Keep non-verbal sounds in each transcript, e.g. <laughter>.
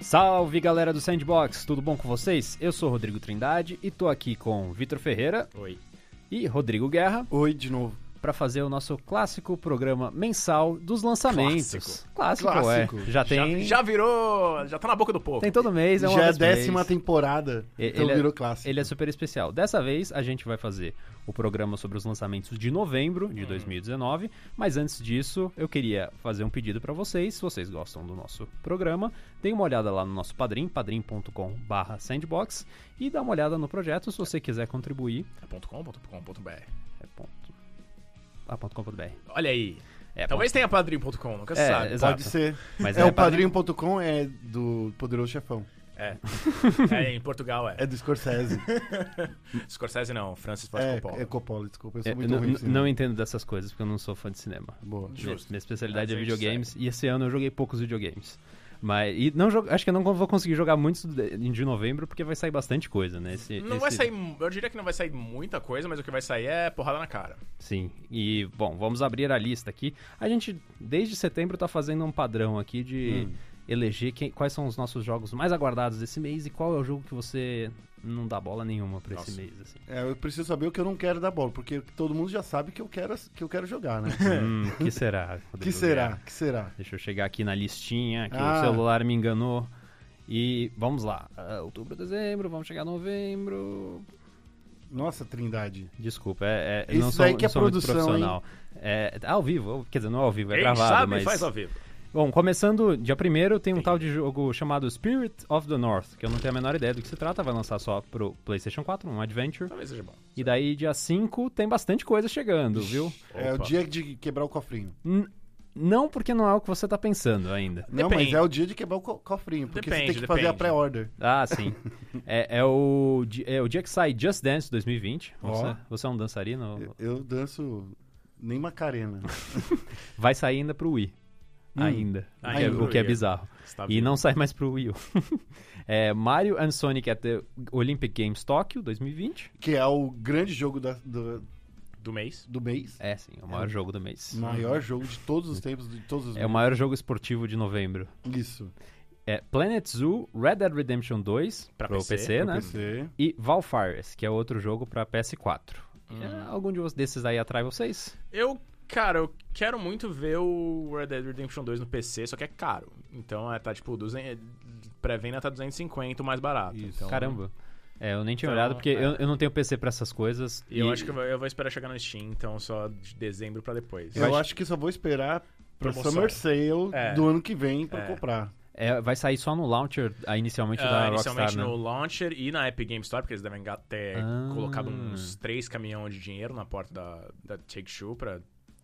Salve galera do Sandbox, tudo bom com vocês? Eu sou Rodrigo Trindade e tô aqui com Vitor Ferreira Oi. e Rodrigo Guerra Oi, de novo. pra fazer o nosso clássico programa mensal dos lançamentos. Clássico. Clássico, Clássico. é. Já tem. Já, já virou, já tá na boca do povo. Tem todo mês, é uma Já é a vez por mês. décima temporada, E- então virou clássico. Ele é super especial. Dessa vez, a gente vai fazer o programa sobre os lançamentos de novembro de 2019. Mas antes disso, eu queria fazer um pedido pra vocês. Se vocês gostam do nosso programa, deem uma olhada lá no nosso padrim, padrim.com.br sandbox. E dá uma olhada no projeto se você quiser contribuir. É ponto .com, ponto .com, ponto .br. É ponto. Ah, ponto .com.br. Olha aí. É, Talvez tenha padrim.com, nunca se É, sabe. exato. Pode ser. Mas é é o padrinho. padrinho.com, é do Poderoso Chefão. É. É, em Portugal é. É do <laughs> Scorsese. Scorsese não, Francis Ford é, Coppola. é Coppola, desculpa. Eu sou É, muito não, ruim. né? em cinema. não entendo dessas coisas, porque eu não sou fã de cinema. Boa. Minha, Justo. minha especialidade A é gente videogames. E esse ano eu joguei poucos videogames. Mas, e não jo- acho que eu não vou conseguir jogar muitos de, de novembro, porque vai sair bastante coisa, né? Esse- Não esse- vai sair, eu diria que não vai sair muita coisa, mas o que vai sair é porrada na cara. Sim. E, bom, vamos abrir a lista aqui. A gente, desde setembro, tá fazendo um padrão aqui de Hum. eleger quem- quais são os nossos jogos mais aguardados desse mês e qual é o jogo que você não dá bola nenhuma pra esse Nossa. mês. <laughs> assim. É, eu preciso saber o que eu não quero dar bola, porque todo mundo já sabe que eu quero, que eu quero <laughs> jogar, né? Hum, que será? Rodrigo que Guerra? será? Que será? Deixa eu chegar aqui na listinha, que o Ah. celular me enganou. E vamos lá. Ah, outubro, dezembro, vamos chegar a novembro. Nossa, Trindade. Desculpa, é, é, eu Isso não sou, daí que não é sou muito produção, profissional. É, ao vivo, quer dizer, não é ao vivo, é Quem gravado, sabe mas... faz ao vivo. Bom, começando dia 1 tem um tal de jogo chamado Spirit of the North, que eu não tenho a menor ideia do que se trata, vai lançar só pro PlayStation 4, um adventure. Talvez seja bom. E daí dia 5 tem bastante coisa chegando, viu? É o Opa. dia de quebrar o cofrinho. N- não porque não é o que você tá pensando ainda. Não, mas Depende. é o dia de quebrar o co- cofrinho, porque Depende, você tem que fazer a depende. pré-order. Ah, sim. é, é o, di- é o dia que sai Just Dance 2020. Ó. Você, você é um dançarino? Eu, eu danço nem Macarena. <laughs> Vai sair ainda pro Wii. Hum. Ainda. O que é- Ainda pro o que é Wii. bizarro. Você tá E vivo. não sai mais pro Wii U. <laughs> é, Mario and Sonic at the Olympic Games Tóquio 2020. Que é o grande jogo da- do, Do mês. do mês. É, sim, é o maior jogo do mês. Maior jogo de todos os tempos, de todos os É o maior jogo esportivo de novembro. Isso. É Planet Zoo, Red Dead Redemption 2 Pra pro PC, PC, né? PC. E Valfires, que é outro jogo pra PS4. É, algum de vo- desses aí atrai vocês? Eu, cara, eu quero muito ver o Red Dead Redemption 2 no PC, só que é caro. Então é, tá tipo, 200, pré-venda tá 250 o mais barato. Isso. Então, Caramba. É, eu nem tinha Então, olhado, porque é. eu, eu não tenho PC pra essas coisas. E eu acho que eu vou- eu vou esperar chegar no Steam, então só de dezembro pra depois. Eu acho que só vou esperar pra Promoção. Summer Sale É. do ano que vem pra É. comprar. é, vai sair só no launcher, ah, inicialmente, Ah, da inicialmente Rockstar, né? no Launcher e na Epic Game Store, porque eles devem ga- ter Ah. colocado uns três caminhões de dinheiro na porta da, da Take-Two pra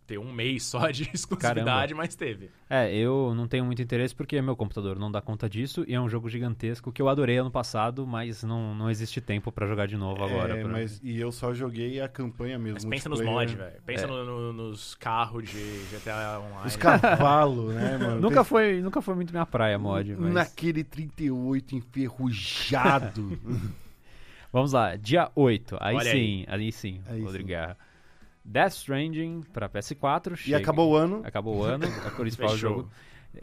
ter um mês só de <laughs> exclusividade, mas teve. É, eu não tenho muito interesse porque é meu computador não dá conta disso e é um jogo gigantesco que eu adorei ano passado, mas não, não existe tempo pra jogar de novo agora. É, pra- mas, e eu só joguei a campanha mesmo. Mas pensa nos multiplayer. mods, velho. Pensa É. no- no- nos carros de GTA Online. Os cavalos, né, mano? Nunca, foi, nunca foi muito minha praia, mod. Pensa Mas... Naquele 38 enferrujado. Vamos lá, dia 8. Aí Olha sim, aí sim, Aí Rodrigo sim. Guerra. Death Stranding pra PS4. e acabou o ano. Acabou o ano, é o principal <laughs> Fechou. jogo.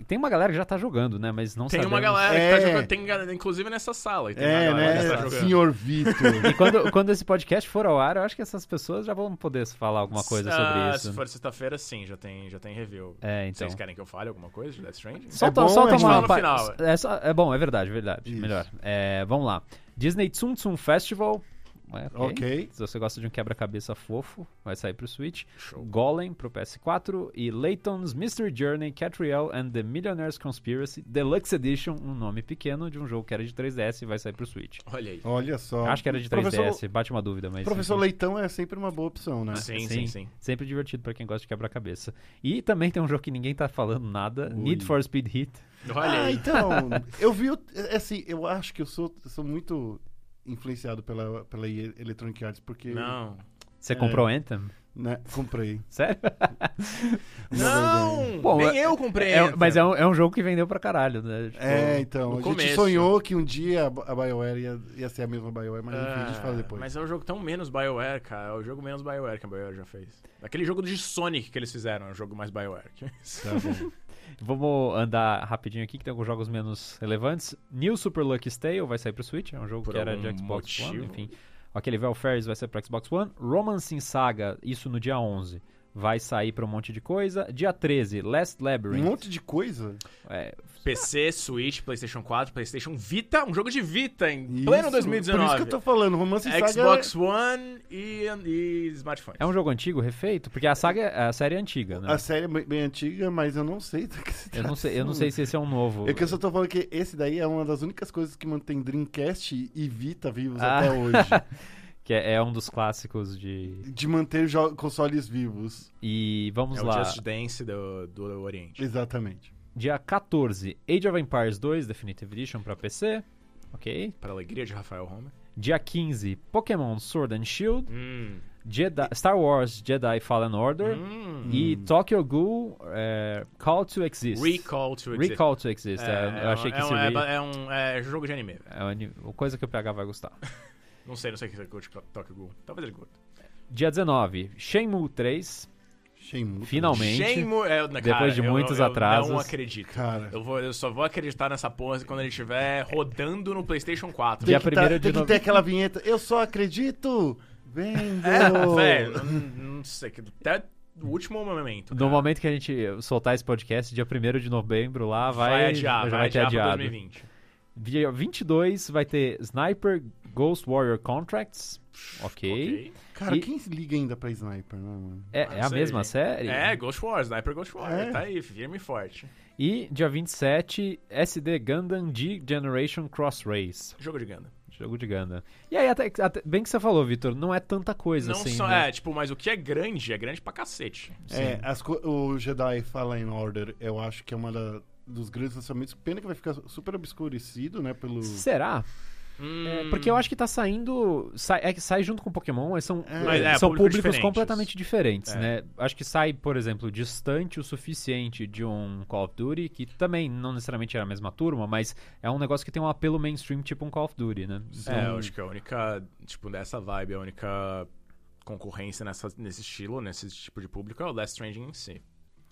Tem uma galera que já tá jogando, né? Mas não Tem uma sabemos. galera que tá É. jogando, tem, galera- inclusive nessa sala. e Tem uma É, galera que tá né? jogando. Senhor Vitor. <laughs> E quando, quando esse podcast for ao ar, eu acho que essas pessoas já vão poder falar alguma coisa Ah, sobre Se isso. for sexta-feira, sim, já tem, já tem review. É, então. Vocês querem que eu fale alguma coisa de Death Stranding? Solta, É bom, solta a gente uma fala no pa- final. É, só- é bom, é verdade, verdade. Isso. Melhor. É, vamos lá. Disney Tsum Tsum Festival. É, Ok. Se você gosta de um quebra-cabeça fofo, vai sair pro Switch. Show. Golem pro PS4 e Layton's Mystery Journey, Catriel and the Millionaire's Conspiracy Deluxe Edition, um nome pequeno de um jogo que era de 3DS e vai sair pro Switch. Olha aí. Olha só. Acho que era de 3DS, Professor- bate uma dúvida, mas Professor enfim. Leitão é sempre uma boa opção, né? Sim, sim, Ah, Sim. sim. Sempre divertido pra quem gosta de quebra-cabeça. E também tem um jogo que ninguém tá falando nada, Ui. Need for Speed Heat. Olha ah, aí. então, <laughs> eu vi, o- é assim, eu acho que eu sou, eu sou muito influenciado pela, pela E- Electronic Arts, porque Não. Você É. comprou Anthem? né, comprei. Sério? é Não! um- Bom, nem é- eu comprei. <laughs> É, Anthem. mas é um, é um jogo que vendeu pra caralho, né? Tipo, É, então, no a gente começo. sonhou que um dia a BioWare ia, ia ser a mesma BioWare, mas enfim, a gente Ah, fala depois. Mas é um jogo tão menos Bioware, cara. É o jogo menos um Bioware que a Bioware já fez. Aquele jogo de Sonic que eles fizeram, é o jogo mais Bioware. que- <laughs> Tá bom. Vamos andar rapidinho aqui, que tem alguns jogos menos relevantes. New Super Lucky's Tale vai sair pro Switch, é um jogo Por que era algum de Xbox One, motivo. enfim. Aquele Valfares vai sair pra Xbox One. Romance in Saga, isso no dia 11, vai sair pra um monte de coisa. Dia 13, Last Um Labyrinth. monte de coisa. É, PC, Switch, PlayStation 4, PlayStation Vita, um jogo de Vita em Isso, pleno Por 2019. isso que eu tô falando, romance e saga é- Xbox One e, e smartphone. é um jogo antigo, refeito? Porque a saga, a série é antiga, né? A série é bem- bem antiga, mas eu não sei do que se Eu não trata. sei, eu não sei se esse é um novo. É que eu só tô falando que esse daí é uma das únicas coisas que mantém Dreamcast e Vita vivos Ah. <laughs> até hoje. Que é, é um dos clássicos de. De manter jo- consoles vivos. E vamos É o lá. Just Dance do, do Oriente. Exatamente. Dia 14, Age of Empires 2 Definitive Edition pra PC. Ok. Para alegria de Rafael Homer. Dia 15, Pokémon Sword and Shield. Hum. Jedi- Star Wars Jedi Fallen Order. Hum. E Tokyo Ghoul é, Call to Exist. Recall to Exist. Recall to Exist. é, eu achei um- que é esse um, é, re- ba- é um é jogo de anime. velho. é um ani- uma coisa que o PH vai gostar. Não sei, não sei o que você curte pra Tokyo Ghoul. Talvez ele curta. Dia 19, Shenmue 3. Shenmue. Finalmente. Shenmue, é, na- depois cara, de eu- muitos eu, atrasos. Eu não acredito. Cara. Eu, vou, eu só vou acreditar nessa porra quando ele estiver rodando no PlayStation 4. Dia Tem que, tá- 1º de tem que nove- ter aquela vinheta. Eu só acredito. <laughs> Vendo. É, velho, eu não, não sei. que Até o último momento. né? No cara. momento que a gente soltar esse podcast, dia 1 de novembro, lá vai, vai, adiar, já vai, vai ter adiar pra adiado. 2020. Dia 22 vai ter Sniper Ghost Warrior Contracts. Ok. Cara, E- quem se liga ainda pra Sniper, né, mano? É, Ah, é não a sei, mesma gente. série? É, Ghost Wars, Sniper Ghost Wars. É. Tá aí, firme e forte. E dia 27, SD Gundam G Generation Cross Race. Jogo de Ganda. Jogo de Gundam. E aí, até, até- bem que você falou, Vitor, não é tanta coisa Não assim. só, né? é, tipo, mas o que é grande, é grande pra cacete. É, as co- o Jedi Fallen Order, eu acho que é uma da- dos grandes lançamentos. Pena que vai ficar super obscurecido, né? Pelo. é. Será? Hum, É, porque eu acho que tá saindo. Sai, é que sai junto com o Pokémon, mas são, É. eh, É, são públicos públicos diferentes. completamente diferentes, É. né? Acho que sai, por exemplo, distante o suficiente de um Call of Duty, que também não necessariamente era a mesma turma, mas é um negócio que tem um apelo mainstream, tipo um Call of Duty, né? Então, É, eu acho que a única, tipo, dessa vibe, a única concorrência nessa- nesse estilo, nesse tipo de público é o Last Stranding em si.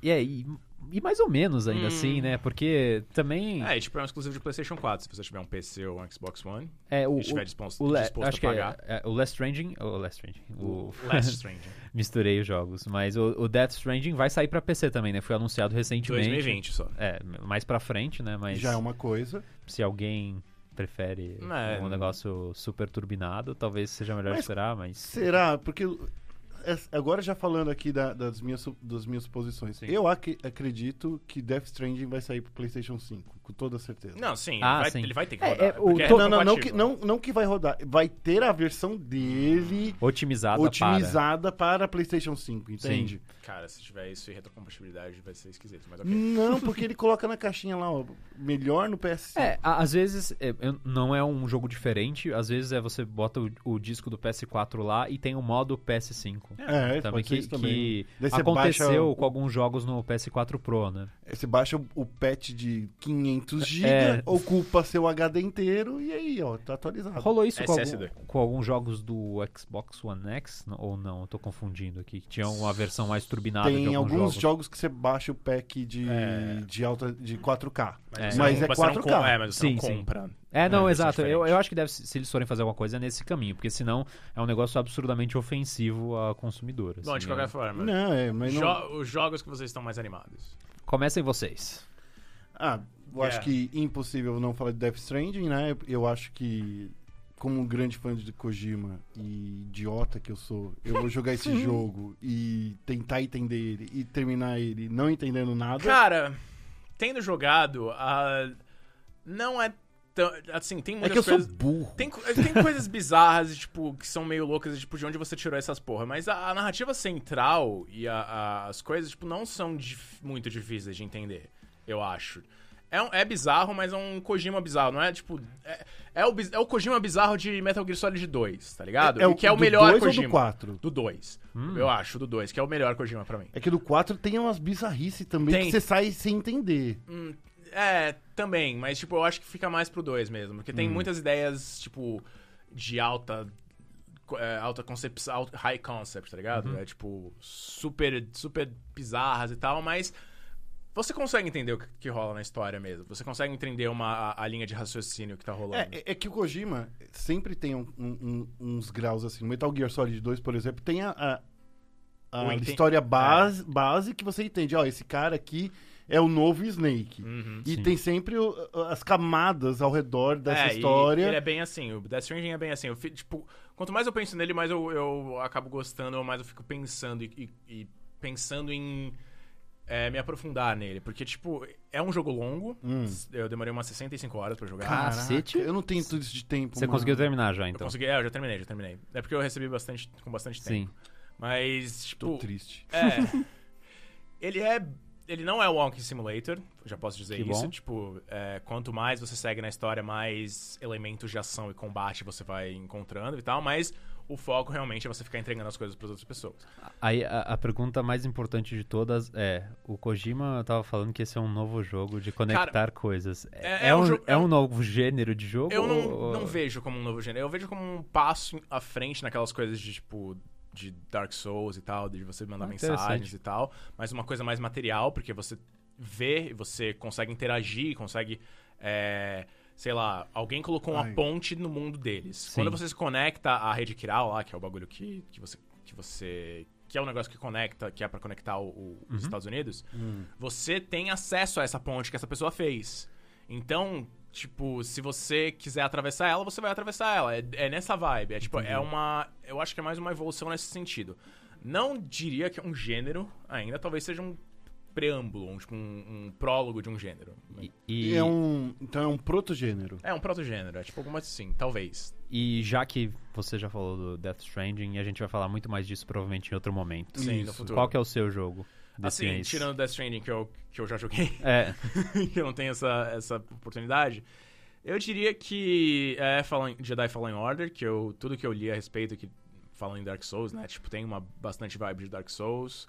e, é, e, e mais ou menos ainda assim, né? Porque também. É, e, tipo, é um exclusivo de PlayStation 4. Se você tiver um PC ou um Xbox One É, o, e estiver o- disposto, o Le- disposto acho a que é, pagar, é, o Last Stranding. O Last Stranding. <laughs> O, Last Stranding. misturei os jogos. Mas o, o Death Stranding vai sair pra PC também, né? Foi anunciado recentemente. 2020 só. É, mais pra frente, né? Mas Já é uma coisa. se alguém prefere É. um negócio super turbinado, talvez seja melhor Mas esperar, mas. Será? Porque. es- Agora já falando aqui da- das, minhas, su- das minhas suposições. Sim. Eu ac- acredito que Death Stranding vai sair pro PlayStation 5, com toda certeza. Não, sim, ele, Ah, vai, sim. ele vai ter que É, rodar. é, o- porque né? É não, não, não, não, que, compatível. não, não que vai rodar. Vai ter a versão dele Otimizada, para. otimizada para PlayStation 5, entende? Cara, se tiver isso e retrocompatibilidade, vai ser esquisito, mas Hum, ok. <laughs> Não, porque ele coloca na caixinha lá, ó, melhor no PS5. É, a- às vezes é, eu- não é um jogo diferente, às vezes é você bota o, o disco do PS4 lá e tem o modo PS5. É, também pode ser que, isso também. né? que Daí você aconteceu baixa o- com alguns jogos no PS4 Pro, né? Você baixa o- o patch de 500 GB, É. ocupa seu HD inteiro e aí, ó, tá atualizado. Rolou isso com, SSD. algum- com alguns jogos do Xbox One X, n- ou não? Eu tô confundindo aqui. que Tinha uma versão mais turbinada de Tem alguns, alguns jogos. jogos. que você baixa o pack de, de, alta, de 4K. É. você Mas não- é você não 4K. com- É, mas você não Sim, sim. compra. É, não, É, exato. isso é Eu, diferente. eu acho que deve, se eles forem fazer alguma coisa, é nesse caminho. Porque senão é um negócio absurdamente ofensivo a consumidor. Bom, de assim, qualquer é. forma. Não, é, mas não... jo- Os jogos que vocês estão mais animados. Comecem vocês. Ah, eu acho É. que impossível não falar de Death Stranding, né? Eu acho que, como um grande fã de Kojima e idiota que eu sou, eu vou jogar <laughs> esse jogo e tentar entender ele e terminar ele não entendendo nada. Cara, tendo jogado, ah, não é tão. Assim, tem é muitas que eu coisas. sou burro. Tem, co- tem coisas bizarras, tipo, que são meio loucas, tipo, de onde você tirou essas porra. Mas a, a narrativa central e a- a- as coisas, tipo, não são dif- muito difíceis de entender, eu acho. É, um- é bizarro, mas é um Kojima bizarro, não é, tipo... É, é o, biz- é o Kojima bizarro de Metal Gear Solid 2, tá ligado? E que é o do melhor dois Kojima. Ou do Hum. 4? Do 2. Eu acho, do 2, que é o melhor Kojima pra mim. É que do 4 tem umas bizarrices também Tem. que você sai sem entender. Hum, é, também, mas tipo, eu acho que fica mais pro 2 mesmo, porque tem muitas ideias, tipo, de alta co- é, alta concepção, alta- high concept, tá ligado? É tipo super super bizarras e tal, mas Você consegue entender o que, que rola na história mesmo. Você consegue entender uma, a, a linha de raciocínio que tá rolando. É, é- é que o Kojima sempre tem um- um- um- uns graus assim. No Metal Gear Solid 2, por exemplo, tem a, a- a O enten- história base, base que você entende. Ó, esse cara aqui é o novo Snake. Uhum. E Sim. tem sempre o- as camadas ao redor dessa É, e história. Ele é bem assim, o Death Stranding é bem assim. Eu fi- tipo, quanto mais eu penso nele, mais eu, eu acabo gostando, ou mais eu fico pensando e, e- e pensando em é, me aprofundar nele. Porque, tipo, é um jogo longo. Hum. Eu demorei umas 65 horas pra jogar. Cara, Cacete. eu não tenho tudo isso de tempo. Você mano. conseguiu terminar já, eu então. consegui. É, eu já terminei, já terminei. É porque eu recebi bastante com bastante tempo. Sim. Mas, tipo. Tô triste. É. ele é. Ele não é o Walking Simulator, já posso dizer Que isso. bom. Tipo, é, quanto mais você segue na história, mais elementos de ação e combate você vai encontrando e tal, mas o foco realmente é você ficar entregando as coisas para outras pessoas. Aí a, a pergunta mais importante de todas é: o Kojima tava falando que esse é um novo jogo de conectar coisas. é- É, é um um, jogo- é um novo gênero de jogo? Eu não, ou- não vejo como um novo gênero, eu vejo como um passo à frente naquelas coisas de tipo. De Dark Souls e tal, de você mandar Ah, mensagens interessante. e tal, mas uma coisa mais material, porque você vê, você consegue interagir, consegue. é, sei lá, alguém colocou uma Ai. ponte no mundo deles. Quando você se conecta à rede Kiral lá, que é o bagulho que, que você. que você. que é o negócio que conecta, que é pra conectar o- o- Uhum. os Estados Unidos, você tem acesso a essa ponte que essa pessoa fez. Então, tipo, se você quiser atravessar ela, você vai atravessar ela. É, é nessa vibe. É tipo, é uma. Eu acho que é mais uma evolução nesse sentido. Não diria que é um gênero ainda, talvez seja um preâmbulo, um, tipo, um, um prólogo de um gênero. E, e- É um, então é um protogênero. É um protogênero, é tipo alguma assim, talvez. e já que você já falou do Death Stranding, a gente vai falar muito mais disso provavelmente em outro momento. Sim, no Isso. futuro. Qual que é o seu jogo? desse Assim, mês? tirando Death Stranding, que eu, que eu já joguei, É, <laughs> que eu não tenho essa, essa oportunidade, eu diria que é Fallen, Jedi Fallen Order, que eu, tudo que eu li a respeito que falam em Dark Souls, né? Tipo, tem uma bastante vibe de Dark Souls.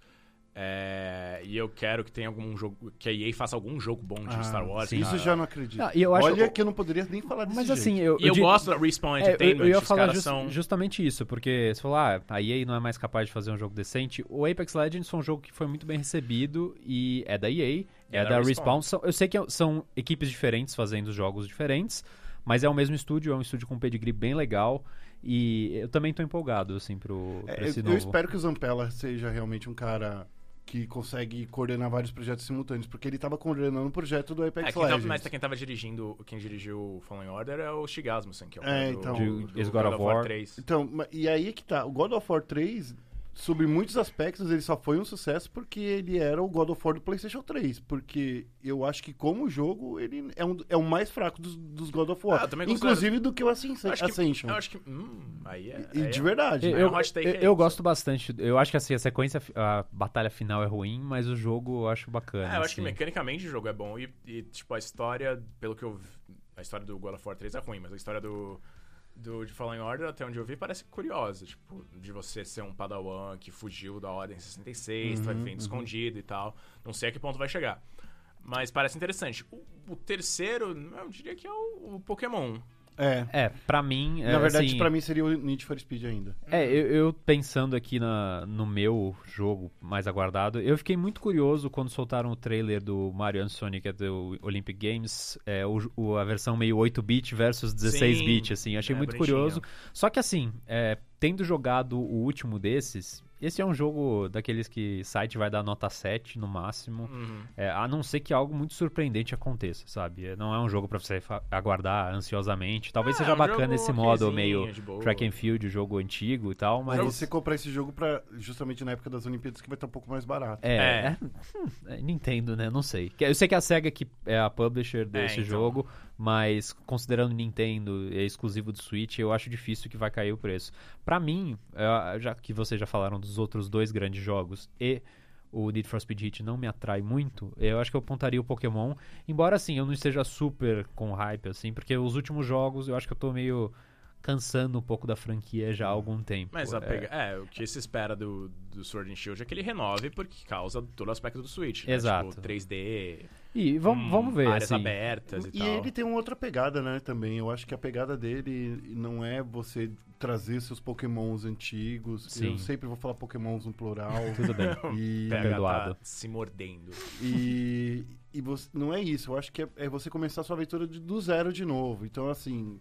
é, e eu quero que tenha algum jogo. Que a EA faça algum jogo bom de Ah, Star Wars. sim. cara. Isso eu já não acredito. Não, e eu acho- Olha que eu não poderia nem falar desse mas jeito. assim, eu. E eu di- gosto da Respawn É, eu, Entertainment, eu ia os falar caras jus- são. justamente isso, porque você falou, ah, a EA não é mais capaz de fazer um jogo decente. O Apex Legends foi um jogo que foi muito bem recebido e é da EA, é, da, Respawn. São- eu sei que é um, são equipes diferentes fazendo jogos diferentes, mas é o mesmo estúdio, é um estúdio com um pedigree bem legal e eu também tô empolgado, assim, pro, É, pra eu- esse eu, novo. espero que o Zampella seja realmente um cara que consegue coordenar vários projetos simultâneos, porque ele tava coordenando o projeto do Apex É, quem tava, Legends. mas quem tava dirigindo, quem dirigiu o Fallen Order é o Shigasmussen, que é o É, cara do- então. do, De- God of War. 3. Então, ma- e aí que tá, o God of War 3, sobre muitos aspectos, ele só foi um sucesso porque ele era o God of War do PlayStation 3, porque eu acho que como jogo, ele é, um, é o mais fraco dos, dos God of War, Ah, eu também considero. inclusive do que o Ascen- Acho que- Ascension. Eu acho que. Hum, aí é. E aí de é- verdade. né? Eu, É um hot take, eu- é eu isso. gosto bastante. Eu acho que assim, a sequência, fi- a batalha final é ruim, mas o jogo eu acho bacana. É, eu acho que assim. mecanicamente o jogo é bom. E, e, tipo, a história, pelo que eu. vi- A história do God of War 3 é ruim, mas a história do. Do de Fallen Order, até onde eu vi, parece curiosa. Tipo, de você ser um padawan que fugiu da Ordem 66, tu vai Uhum, vivendo tá, escondido e tal. Não sei a que ponto vai chegar. Mas parece interessante. O, o terceiro, eu diria que é o, o Pokémon. É. É, pra mim. Na verdade, assim, pra mim seria o Need for Speed ainda. É, Uhum. eu, eu pensando aqui na, no meu jogo mais aguardado, eu fiquei muito curioso quando soltaram o trailer do Mario and Sonic at the Olympic Games, é, o- o- a versão meio 8-bit versus 16-bit, assim, achei é, muito bonitinho. curioso. Só que assim, é, tendo jogado o último desses, esse é um jogo daqueles que site vai dar nota 7 no máximo, Uhum. é, a não ser que algo muito surpreendente aconteça, sabe? É, Não é um jogo pra você fa- aguardar ansiosamente, talvez Ah, seja um jogo bacana esse modo okzinho, meio de boa. track and field, jogo antigo e tal, Mas mas. você comprar esse jogo para justamente na época das Olimpíadas que vai estar um pouco mais barato. É, É. é, hum, é Nintendo, né? Não sei. Que- Eu sei que a SEGA que é a publisher desse então. jogo, mas considerando Nintendo é exclusivo do Switch, eu acho difícil que vai cair o preço. Pra mim, é, já que vocês já falaram dos outros dois grandes jogos e o Need for Speed Heat não me atrai muito, eu acho que eu apontaria o Pokémon, embora assim, eu não esteja super com hype assim, porque os últimos jogos eu acho que eu tô meio cansando um pouco da franquia já há algum tempo. Mas a É. pega... é. o que se espera do, do Sword and Shield é que ele renove porque causa todo o aspecto do Switch. né? Exato. Tipo, 3D, E vamos, hum, vamos ver áreas assim. abertas e, E tal. <laughs> ele tem uma outra pegada, né, também. Eu acho que a pegada dele não é você trazer seus pokémons antigos. Sim. Eu sempre vou falar pokémons no plural. Tudo bem. <laughs> E, Pega, perdoado. tá se mordendo. e, e você- não é isso. Eu acho que é, é você começar a sua aventura de- do zero de novo. Então, assim,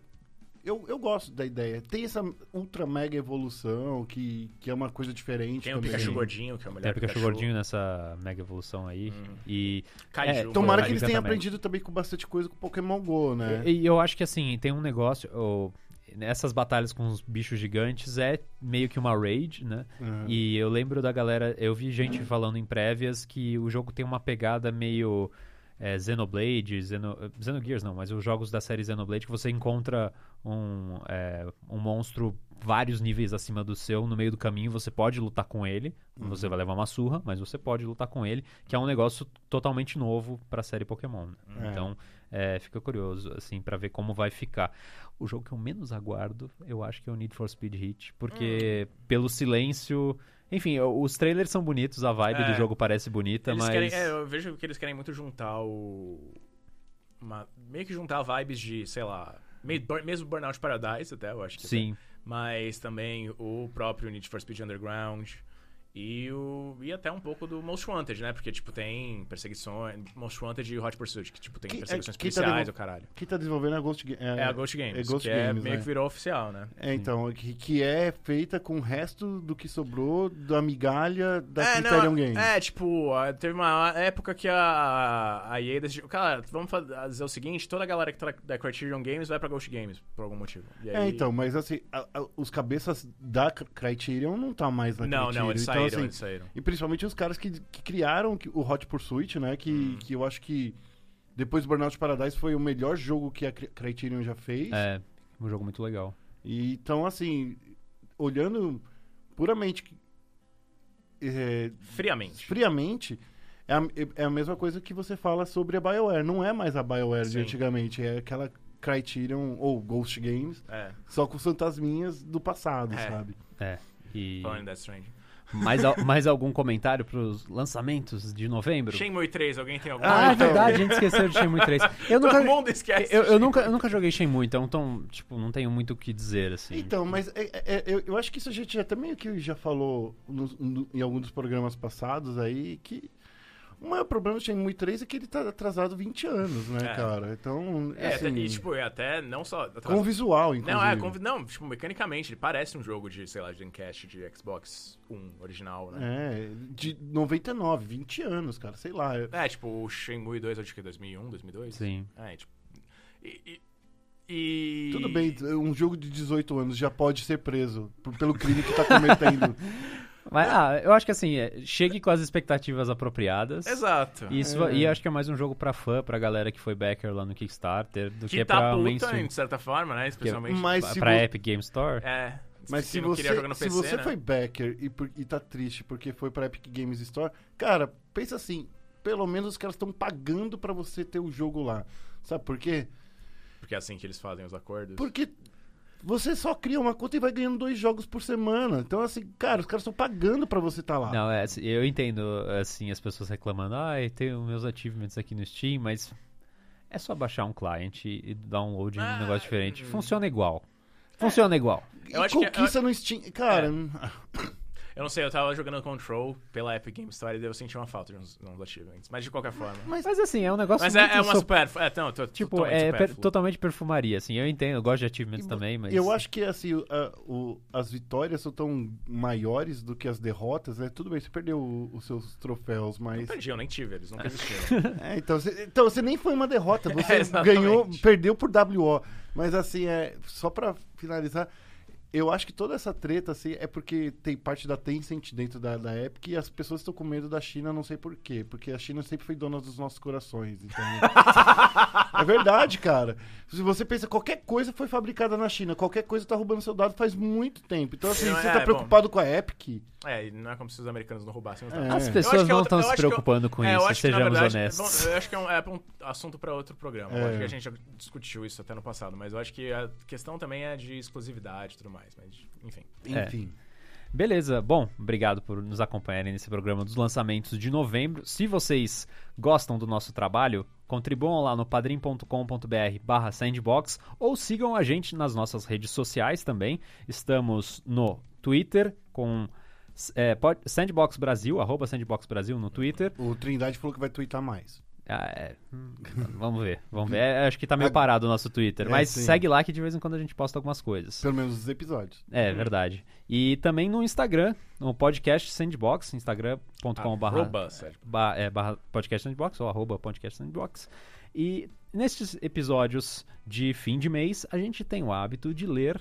eu, eu gosto da ideia. Tem essa ultra mega evolução que, que é uma coisa diferente Tem o também. Pikachu gordinho, que é a mulher Tem o Pikachu gordinho nessa mega evolução aí. Uhum. E Kaiju. né? É, Tomara Vai, que eles tenham exatamente. aprendido também com bastante coisa com Pokémon GO, né? E, e eu acho que assim, tem um negócio. ou- Essas batalhas com os bichos gigantes é meio que uma raid, né? Uhum. E eu lembro da galera. Eu vi gente falando em prévias que o jogo tem uma pegada meio. é, Xenoblade, Xeno, Xenogears não, mas os jogos da série Xenoblade que você encontra um, é, um monstro vários níveis acima do seu no meio do caminho, você pode lutar com ele, você vai levar uma surra, mas você pode lutar com ele, que é um negócio totalmente novo pra série Pokémon. né? É. Então, é, fica curioso, assim, pra ver como vai ficar. O jogo que eu menos aguardo, eu acho que é o Need for Speed Heat, porque Hum. pelo silêncio... Enfim, o- os trailers são bonitos, a vibe do É. jogo parece bonita, Eles mas... querem, é, eu vejo que eles querem muito juntar o. uma- meio que juntar vibes de, sei lá. meio bur- mesmo Burnout Paradise, até, eu acho que. Sim, Mas também o próprio Need for Speed Underground. E, o, e até um pouco do Most Wanted, né? Porque, tipo, tem perseguições... Most Wanted e Hot Pursuit, que, tipo, tem Que- é, perseguições que tá policiais, devol- o caralho. Quem tá desenvolvendo é a Ghost Games. É a Ghost Games, é Ghost que é Games, meio é. que virou oficial, né? É, então, que, que é feita com o resto do que sobrou da migalha da é, Criterion não, Tá Games. É, tipo, a- teve uma época que a, a EA decidiu... Cara, vamos fa- dizer o seguinte, toda a galera que tá da Criterion Games vai pra Ghost Games, por algum motivo. E É, aí- então, mas assim, a- a- os cabeças da Cr- Criterion não tá mais na Não, Criterion. não, eles então, saíram, assim, eles saíram. E principalmente os caras que, que criaram que- o Hot Pursuit, né? Que, Uhum. que eu acho que depois do Burnout Paradise foi o melhor jogo que a Cri- Criterion já fez. é um jogo muito legal. E, então, assim, olhando puramente é, Friamente. friamente, é a, é a mesma coisa que você fala sobre a BioWare. Não é mais a BioWare de Sim. antigamente, é aquela Criterion ou Ghost Games, É, só com fantasminhas do passado, É. sabe? É. E falando em Death Stranding. mais, <laughs> al- mais algum comentário pros lançamentos de novembro? Shenmue 3, alguém tem algum? Ah, é Ah, então. verdade, a gente esqueceu de Shenmue <laughs> 3. Eu nunca, Todo mundo esquece. eu, eu nunca, eu nunca joguei Shenmue, então, então, tipo, não tenho muito o que dizer, assim. Então, mas é- é- é- eu, eu acho que isso a gente já também que já falou nos- no- em alguns dos programas passados aí, que o maior problema do Shenmue 3 é que ele tá atrasado 20 anos, né, É. cara? Então, É, até- assim, e tipo, é até não só. com o visual, inclusive. Não, é, com, não, tipo, mecanicamente, ele parece um jogo de, sei lá, de Dreamcast, de Xbox 1 original, né? É, de 99, 20 anos, cara, sei lá. é- É, tipo, o Shenmue 2, acho que é 2001, 2002. Sim. É, tipo. E. e- e- Tudo bem, um jogo de 18 anos já pode ser preso por- pelo crime que tá <laughs> cometendo. Mas, ah, eu acho que assim, é, chegue com as expectativas apropriadas. Exato. Isso, E acho que é mais um jogo pra fã, pra galera que foi backer lá no Kickstarter, do que, que é pra tá puta, mainstream. de certa forma, né? Especialmente. Mas Pra- se, pra vo- Epic Game Store. É. mas que se, não você, queria jogar no se PC, você né? foi backer e, por- e tá triste porque foi pra Epic Games Store, cara, pensa assim, pelo menos os caras estão pagando pra você ter o jogo lá. Sabe por quê? Porque é assim que eles fazem os acordos. Porque você só cria uma conta e vai ganhando dois jogos por semana. Então, assim, cara, os caras estão pagando pra você estar lá. Não, é, assim, eu entendo, assim, as pessoas reclamando, ai, tem os meus achievements aqui no Steam, mas é só baixar um client e download em um Ah, negócio diferente. hum. Funciona igual. Funciona igual. Eu e acho É. que- conquista no Steam. Cara, ah. Eu não sei, eu tava jogando Control pela Epic Game Store e daí eu senti uma falta de uns, uns achievements. Mas de qualquer forma. Mas, assim, é um negócio Mas é, muito é uma so- super. É, não, tô, Tipo, totalmente é per- supérfluo. totalmente perfumaria, assim. Eu entendo, eu gosto de achievements E vo- também, mas... Eu acho que assim, o- a- o- as vitórias são tão maiores do que as derrotas, né? Tudo bem, você perdeu o- os seus troféus, Eu mas. perdi, eu nem tive, eles nunca <laughs> existiram. É, então, você, então você nem foi uma derrota, <laughs> É, você exatamente. ganhou, perdeu por WO. Mas assim, é, só pra finalizar, eu acho que toda essa treta assim, é porque tem parte da Tencent dentro da, da Epic e as pessoas estão com medo da China, não sei por quê. Porque a China sempre foi dona dos nossos corações. Então... <laughs> é verdade, cara. Se você pensa, qualquer coisa foi fabricada na China, qualquer coisa tá roubando seu dado faz muito tempo. Então, assim, Não, você é, tá bom. preocupado com a Epic. é, e não é como se os americanos não roubassem os É. dados. As Eu pessoas acho que é não outra- estão eu se acho que eu- preocupando com É, eu isso, acho que, na sejamos verdade, honestos. bom, Eu acho que é um, é um assunto pra outro programa. Eu É. acho que a gente já discutiu isso até no passado, mas eu acho que a questão também é de exclusividade e tudo mais. Mas, enfim. É. Enfim. Beleza, bom, obrigado por nos acompanharem nesse programa dos lançamentos de novembro. Se vocês gostam do nosso trabalho, contribuam lá no padrim.com.br barra sandbox ou sigam a gente nas nossas redes sociais também. Estamos no Twitter com é, pod- Sandbox Brasil, arroba Sandbox Brasil no Twitter. O Trindade falou que vai twittar mais. Ah, é. Hum, Vamos ver, vamos ver. É, acho que tá <laughs> meio parado o nosso Twitter, É, mas sim. segue lá que de vez em quando a gente posta algumas coisas. Pelo menos os episódios. É, verdade. E também no Instagram, no podcast Sandbox, Ah, instagram.com barra, Arroba, sério. ba- é, barra podcast Sandbox ou arroba podcast Sandbox. E nestes episódios de fim de mês, a gente tem o hábito de ler...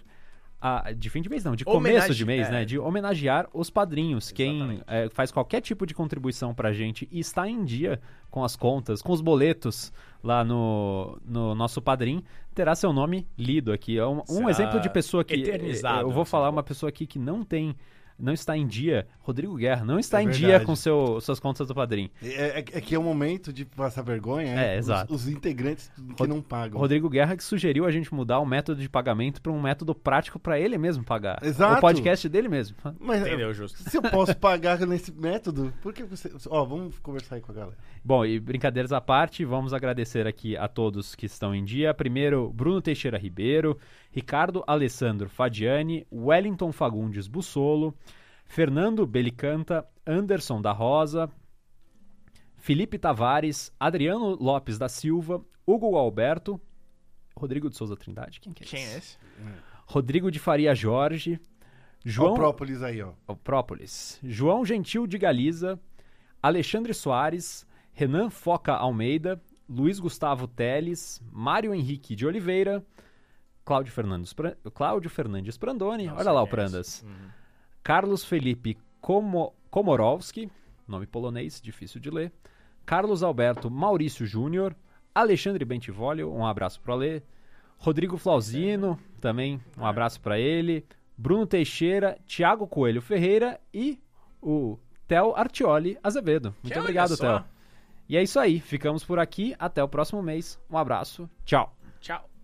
a- de fim de mês não, de começo Homenage- de mês, é. né? De homenagear os padrinhos. Quem Exatamente. é, faz qualquer tipo de contribuição pra gente e está em dia com as contas, com os boletos lá no, no nosso padrim, terá seu nome lido aqui. É um, um Será exemplo de pessoa que. é, eternizado né? Eu no vou seu falar uma voto. pessoa aqui que não tem. Não está em dia, Rodrigo Guerra, não está É em dia verdade. com seu, suas contas do padrim. É, é- é que é o momento de passar vergonha. É, né? os, exato. Os integrantes que não pagam. Rodrigo Guerra que sugeriu a gente mudar o método de pagamento para um método prático para ele mesmo pagar. O Exato. podcast dele mesmo. Mas Entendeu, justo. se eu posso pagar nesse método, por que você. Ó, vamos conversar aí com a galera. Bom, e brincadeiras à parte, vamos agradecer aqui a todos que estão em dia. Primeiro, Bruno Teixeira Ribeiro, Ricardo Alessandro Fadiani, Wellington Fagundes Bussolo, Fernando Belicanta, Anderson da Rosa, Felipe Tavares, Adriano Lopes da Silva, Hugo Alberto, Rodrigo de Souza Trindade, quem que é Quem esse? é esse? Rodrigo de Faria Jorge, Ó, João o Própolis aí, ó. o Própolis. João Gentil de Galiza, Alexandre Soares, Renan Foca Almeida, Luiz Gustavo Teles, Mário Henrique de Oliveira, Cláudio Fernandes, Pra- Cláudio Fernandes Prandoni, Não olha sei lá o quem é esse. Prandas, Uhum. Carlos Felipe Komo, Komorowski, nome polonês, difícil de ler, Carlos Alberto Maurício Júnior, Alexandre Bentivolio, um abraço pro Ale, Rodrigo Flausino, também um É. abraço pra ele, Bruno Teixeira, Thiago Coelho Ferreira e o Theo Artioli Azevedo. Muito Que obrigado, olha só. Theo. E é isso aí, ficamos por aqui, até o próximo mês. Um abraço, tchau. Tchau.